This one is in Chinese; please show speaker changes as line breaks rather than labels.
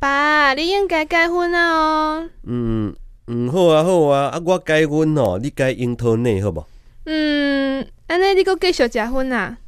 爸，你应该结婚啊哦。
嗯嗯，好啊好啊，啊我改阮吼，你改樱桃内好无？
嗯，安尼你阁继续食薰啊？